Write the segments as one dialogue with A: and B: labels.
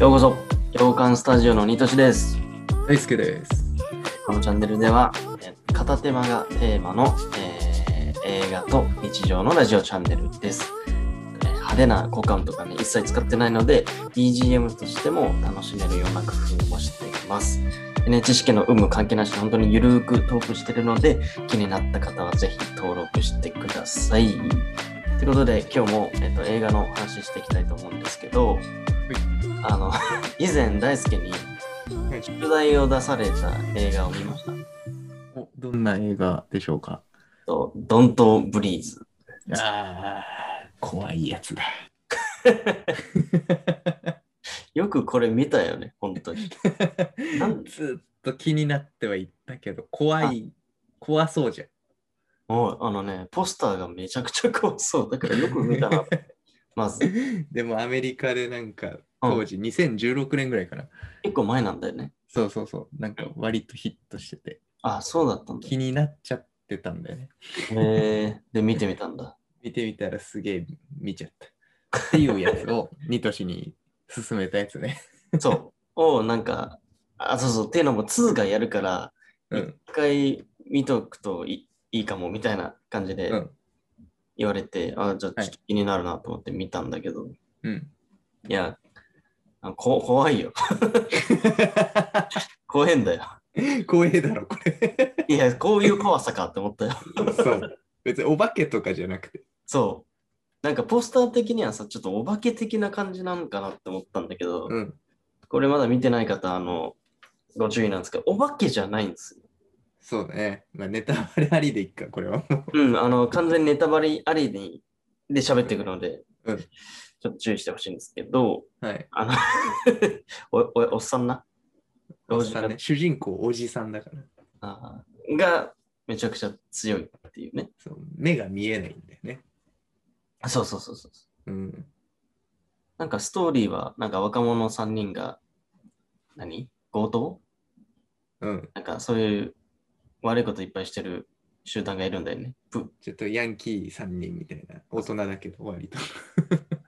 A: ようこそ洋館スタジオのニトシです
B: 大輔です。
A: このチャンネルではえー片手間がテーマの、えー映画と日常のラジオチャンネルですえー派手な股間とかね一切使ってないので BGM としても楽しめるような工夫をしていますでね、知識の有無関係なしに本当にゆるーくトークしてるので気になった方はぜひ登録してくださいということで今日も、えっと映画の話していきたいと思うんですけど、あの 以前大輔に
B: い
A: 宿題を出された映画を見ました
B: おどんな映画でしょうか
A: と、ドントブリーズ。
B: ああ、怖いや つだ。
A: よくこれ見たよね、本当に。なん
B: ずっと気になってはいったけど、怖い、怖そうじゃん。
A: もう、あのね、ポスターがめちゃくちゃ怖そう。だからよく見たな。まず、
B: でもアメリカでなんか、当時2016年ぐらいかな。
A: 結構前なんだよね。
B: そうそうそう、なんか割とヒットしてて、
A: あ、そうだったんだ。
B: 気になっちゃってたんだよね。
A: えー、で、見てみたん だ。
B: 見てみたらすげえ見ちゃった。っていうやつを、ニトシに勧めたやつ ね。
A: そう。を、なんか、あ、そうそう。っていうのも2がやるから、
B: う
A: 一
B: ん。
A: 回見とくといいいかもみたいな感じ
B: う
A: で
B: ん。
A: 言われて、あ、じゃあちょっと気になるなと思って見たんだけど、い、
B: うん。
A: や、あこ怖 いよ。怖いんだよ。
B: 怖えだろ、これ。
A: いや、こういう怖さかって思ったよ。
B: そう。別にお化けとかじゃなくて。
A: そう。なんかポスター的にはさ、ちょっとお化け的な感じなのかなって思ったんだけど、
B: うん。
A: これまだ見てない方、あの、ご注意なんですけど、お化けじゃないんですよ。
B: そうだね。まあ、ネタバレありでいっか、これは。
A: うん、あの、完全にネタバレありにで喋っていくので、
B: うん
A: ちょっと注意してほしいんですけど、
B: はい。
A: あの お、お、おっさんな、
B: お
A: 老
B: じ
A: 人
B: さ
A: か
B: んね。主人公、おじさんだから。
A: あーがめちゃくちゃ強いっていうね。
B: そう目が見えないんだよね。
A: あそうそうそうそう。
B: うん。
A: なんかストーリーは、なんか若者3人が、何強盗
B: うん。
A: なんかそういう悪いこといっぱいしてる集団がいるんだよね。ぷ
B: ちょっとヤンキー3人みたいな。大人だけど、割と。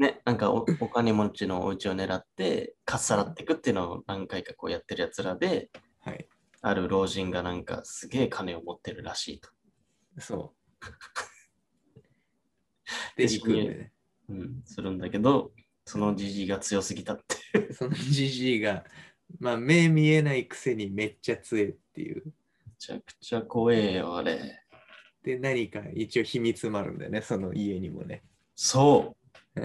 A: ね、なんかおお金持ちのお家を狙って、かっさらっていくっていうのを何回かこうやってるやつらで、
B: はい。
A: ある老人がなんかすげえ金を持ってるらしいと。
B: そう。 で、行くんだよね。
A: うん、するんだけど、そのじじいが強すぎたって。
B: そのじじいが、まあ、目見えないくせにめっちゃ強いっていう。
A: めちゃくちゃ怖えよ、あれ。
B: で、何か一応秘密もあるんだよね、その家にもね。
A: そう。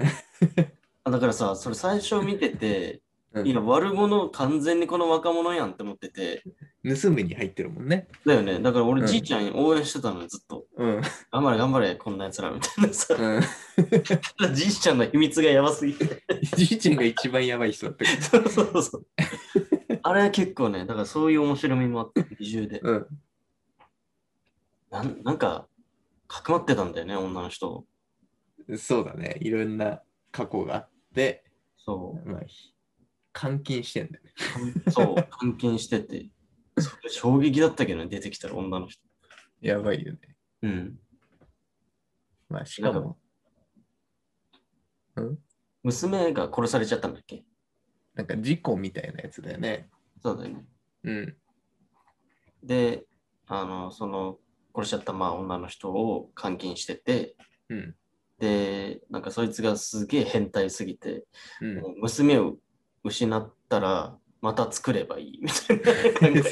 A: あだからさ、それ最初見てて、
B: うん
A: いや、悪者完全にこの若者やんって思ってて、
B: 盗むに入ってるもんね。
A: だよね。だから
B: う
A: 俺
B: ん
A: じいちゃんに応援してたのよ、ずっと。
B: うん。
A: 頑張れ頑張れ、こんなやつらみたいなさ。
B: うん、
A: じいちゃんの秘密がやばすぎて。
B: じいちゃんが一番やばい人だったけど。
A: そうそうそう。あれは結構ね、だからそういう面白みもあって、二重で。
B: うん。
A: なんなんか、かくまってたんだよね、女の人を。
B: そうだね。いろんな過去があって、
A: そう。
B: まあ、ひ監禁してんだよね。
A: 監そう、監禁してて。それ衝撃だったけどね、出てきたら女の人。
B: やばいよね。
A: うん。
B: まあ、しか
A: な
B: も、
A: 娘が殺されちゃったんだっけ
B: なんか事故みたいなやつだよね。
A: そうだよね。
B: うん。
A: で、あの、その、殺しちゃったまあ女の人を監禁してて、
B: うん。
A: で、なんかそいつがすげえ変態すぎて、
B: うん
A: もう娘を失ったら、また作ればいいみたいな なんか。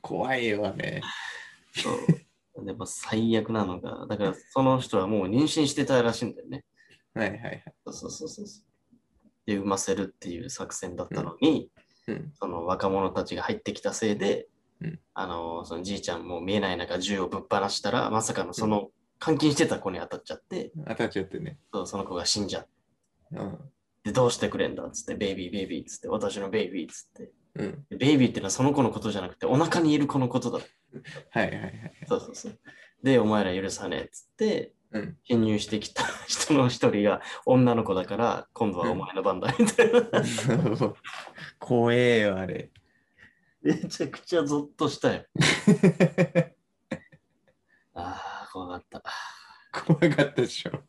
B: 怖いわね。
A: そう。でも最悪なのが、だからその人はもう妊娠してたらしいんだよね。
B: はいはいはい。
A: そうそうそうそう。で、産ませるっていう作戦だったのに、
B: うん。
A: その若者たちが入ってきたせいで、
B: うん
A: あのそのじいちゃんも見えない中銃をぶっ放したらまさかのその監禁してた子に当たっちゃって、
B: 当たっちゃってね。
A: そうその子が死んじゃっ
B: うん。
A: てどうしてくれんだっつってベイビーベイビーっつって私のベイビーっつって
B: うん。
A: でベイビーってのはその子のことじゃなくてお腹にいる子のことだ
B: はいはいはい。
A: そうそうそうでお前ら許さねえっつって
B: うん。
A: 侵入してきた人の一人が女の子だから今度はお前の番だみたいな、
B: そう怖えよ、あ れ。
A: めちゃくちゃゾッとしたよああ怖かった
B: 怖かったでしょ。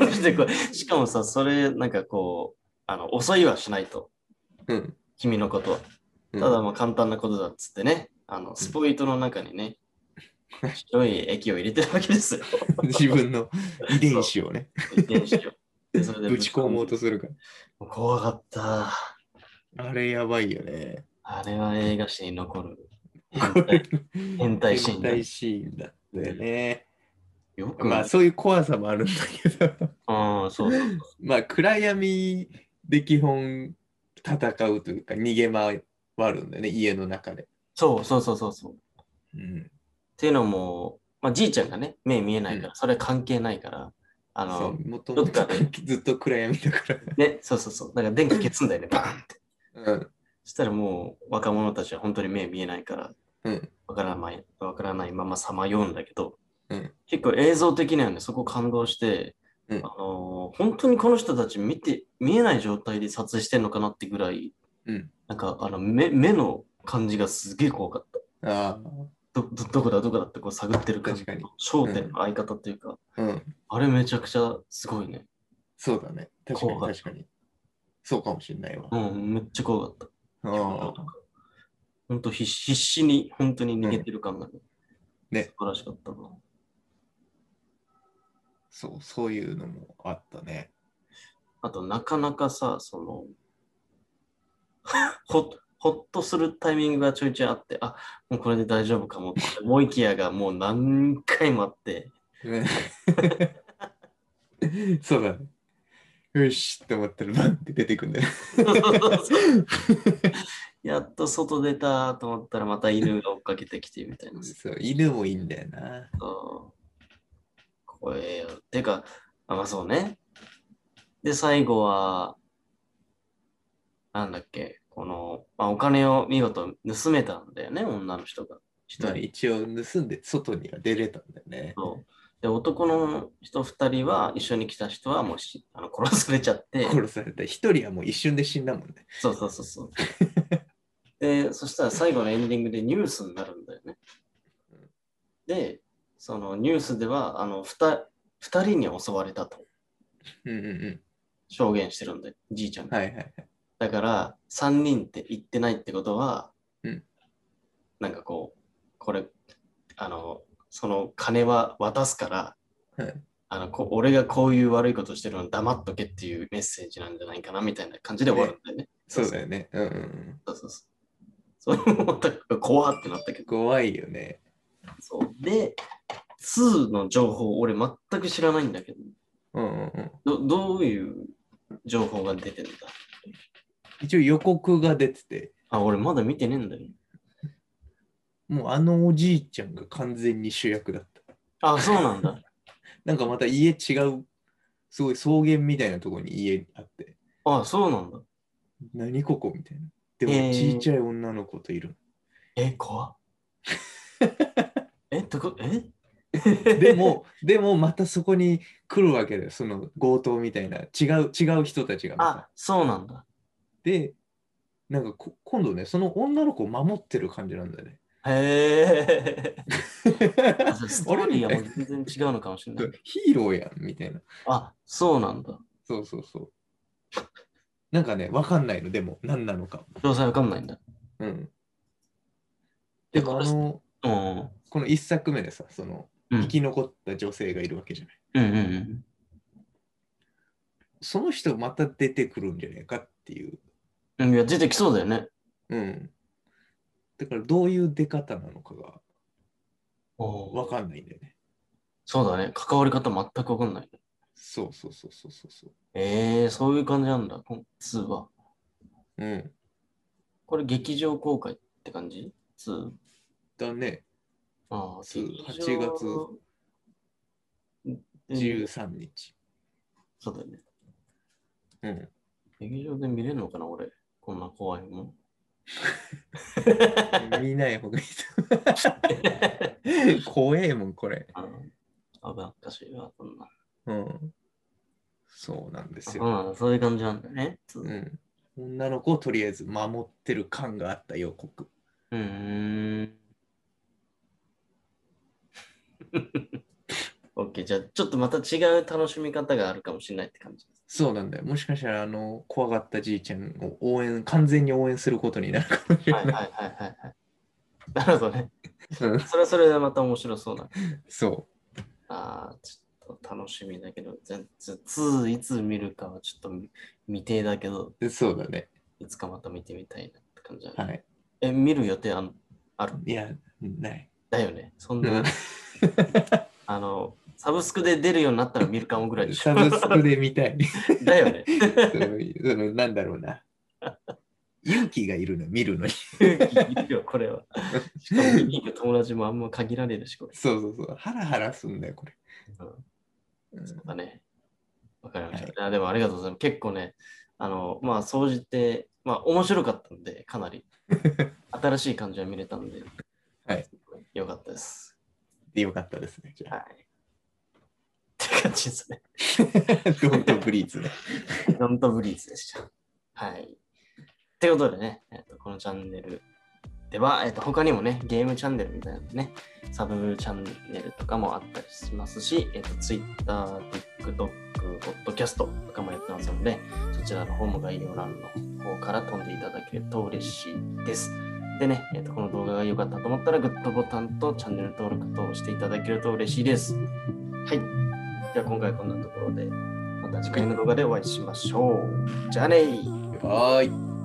A: マ ジでこれしかもさ、それ、なんかこう、あの、遅いはしないと、
B: うん。
A: 君のことは。
B: うん
A: ただ、まあ簡単なことだっつってね、あの、スポイトの中にね、白い液を入れてるわけですよ。
B: 自分の遺伝子をね、
A: 遺伝子を。でそれで
B: ぶち込もうとするか
A: もう怖かった。
B: ら。あれやばいよね。
A: あれは映画史に残る
B: こ
A: 変態変態
B: れ
A: シーンだ
B: 変態シーンだったよね。
A: よく、
B: ま
A: ま
B: あそういう怖さもあるんだけど、
A: あ、うん、そうそう
B: まあ暗闇で基本戦うというか逃げ回るんだよね、家の中で。
A: そうそうそうそうそう。っ
B: うん、
A: ていうのも、まあ、じいちゃんがね、目見えないから、それは関係ないから、あ
B: そ
A: の、
B: うもとも
A: ど
B: と
A: っかで
B: ずっと暗闇だから。
A: ね、そうそうそう。だから電気消すんだよね、バーンって。
B: うん、
A: そしたらもう若者たちは本当に目見えないから、
B: うん、
A: わからない、わからないままさまようんだけど、
B: うん
A: 結構映像的にはね、そこ感動して、
B: うん
A: あのー本当にこの人たち見て、見えない状態で撮影してんのかなってぐらい、
B: うん。
A: なんかあの目目の感じがすげえ怖かった。
B: あ
A: どどどこだどこだってこう探ってる感じ
B: 確かに
A: 焦点の合い方っていうか、
B: あ、うん、
A: あれめちゃくちゃすごいね。
B: そうだね。確かに
A: 怖かった
B: 確かに。そうかもしれないわ。
A: うん、めっちゃ怖かった。
B: ああ
A: 本当必必死に本当に逃げてる感がね、
B: ね
A: 素晴らしかったな。
B: そう、そういうのもあったね。
A: あと、なかなかさ、その、ほほっとするタイミングがちょいちょいあって、あもうこれで大丈夫かもって思いきやがもう何回もあって、
B: そうだね。よしって思ったらバンって出てくんだよ。
A: やっと外出たと思ったらまた犬が追っかけてきてみたいな。
B: そう、犬もいいんだよな。
A: 怖えよ。てか、あ、まあそうね。で、最後は、なんだっけ、この、まあ、お金を見事盗めたんだよね、女の人が。一
B: まあ
A: 人
B: 一応盗んで外には出れたんだよね。
A: と。で、男の人二人は、一緒に来た人はもうしあの殺されちゃって、
B: 殺された。一人はもう一瞬で死んだもんね。
A: そうそうそうそう。 で、そしたら最後のエンディングでニュースになるんだよね。で、そのニュースでは、あの、ふた二人に襲われたと。
B: うんうんう
A: 証言してるんで、じいちゃん
B: ん。
A: が。
B: はいはいはい。
A: だから、3人って言ってないってことは、
B: うん
A: なんかこう、これ、あの、その金は渡すから、
B: はい
A: あのこ俺がこういう悪いことしてるの黙っとけっていうメッセージなんじゃないかなみたいな感じで終わるんだよね。
B: そうだよね。うんうんうん。
A: そうそうそう。それもまた怖ってなったけど。
B: 怖いよね。
A: そうで、2の情報、俺全く知らないんだけど、
B: うんうんう
A: ど
B: ん。
A: どういう情報が出てんだ
B: 一応予告が出てて、
A: あ、俺まだ見てねえんだよ。
B: もうあのおじいちゃんが完全に主役だった。
A: あ、そうなんだ。
B: なんかまた家違う、すごい草原みたいなところに家あって、
A: あ、そうなんだ。
B: 何ここみたいな。で
A: え
B: も
A: ー
B: ちいちゃい女の子といる。
A: え、 怖っえ、どこ、え
B: でも、でもまたそこに来るわけだよ。その強盗みたいな。違う、違う人たちがまた
A: あ、そうなんだ。
B: で、なんかこ今度ね、その女の子を守ってる感じなんだよね。
A: へえ。あスト
B: あ
A: ー
B: れ
A: リ
B: み
A: ー
B: た
A: が
B: い
A: も
B: な
A: う全然違うのかも しれない。
B: ヒーローやんみたいな。
A: あ、そうなんだ。
B: そうそうそう。なんかね、わかんないの、でも、何なのか。
A: 詳細わかんないんだ。
B: うん。でも、あの、
A: うん。うん
B: この一作目でさ、その、
A: うん
B: 生き残った女性がいるわけじゃない。
A: うんうん。
B: その人また出てくるんじゃねえかっていう。
A: うんいや、出てきそうだよね。
B: うん。だから、どういう出方なのかが
A: お
B: わかんないんだよね。
A: そうだね。関わり方全くわかんない。
B: そうそうそうそうそうそう。
A: えー、そういう感じなんだ、この2は。
B: うん。
A: これ劇場公開って感じ ?2。
B: だね、
A: ああ、
B: ツー
A: 劇場
B: 8
A: うん
B: 13日。
A: そうだよね。
B: うん。
A: 劇場で見れるのかな、俺。こんな怖いもん。
B: 見ない方がいいと怖えもん、これ。
A: あの危なっかしいわ、そんな。
B: うん。そうなんですよ。
A: うん、そういう感じなんだね。つう。
B: うんん。女の子をとりあえず守ってる感があった予告。
A: うーん。わ OK。じゃあ、ちょっとまた違う楽しみ方があるかもしれないって感じです。
B: そうなんだよ。もしかしたら、あの、怖がったじいちゃんを応援、完全に応援することになるかもしれ
A: はいはい
B: な
A: はいはいはい。なるほどね。
B: い。うん
A: それはそれでまた面白そうな。
B: そ
A: ああ、ちょっと楽しみだけど、全然、2いつ見るかはちょっと未定だけど、
B: う。そうだね。
A: いつかまた見てみたいなって感じだね。
B: はい。
A: え、見る予定あんある
B: いや、ない。
A: だよね。そん
B: う
A: な、
B: ん
A: あの、サブスクで出るようになったら見るかもぐらいでし
B: サ
A: ょ。
B: ブスクで見たい。
A: だよね。
B: そのそのなんだろうな。勇気がいるの、見るのに。
A: いるよ、これは。しかも見に行く友達もあんま限られるし、これ。
B: そうそうそう。ハラハラすんだよ、これ。
A: うん
B: うん
A: そうだね。わかりました
B: は。
A: あでもありがとうございます。結構ね、あの、まあ、掃除って、まあ、面白かったんで、かな り。新しい感じは見れたんで、
B: はい。
A: よかったです。
B: で、よかったですね。じゃ
A: は
B: あ。
A: い。って感じですね。
B: ドントブリーズね。
A: ノントブリーズでした。はい。ってことでね、えっとこのチャンネルでは、えっと他にもね、ゲームチャンネルみたいなね、サブチャンネルとかもあったりしますし、えっと Twitter、TikTok、Podcast とかもやってますので、そちらの方も概要欄の方から飛んでいただけると嬉しいです。でね、えっとこの動画が良かったと思ったら、グッドボタンとチャンネル登録と押していただけると嬉しいです。はい。じゃあ今回はこんなところでまた次回の動画でお会いしましょう。じゃあねー。
B: はーい。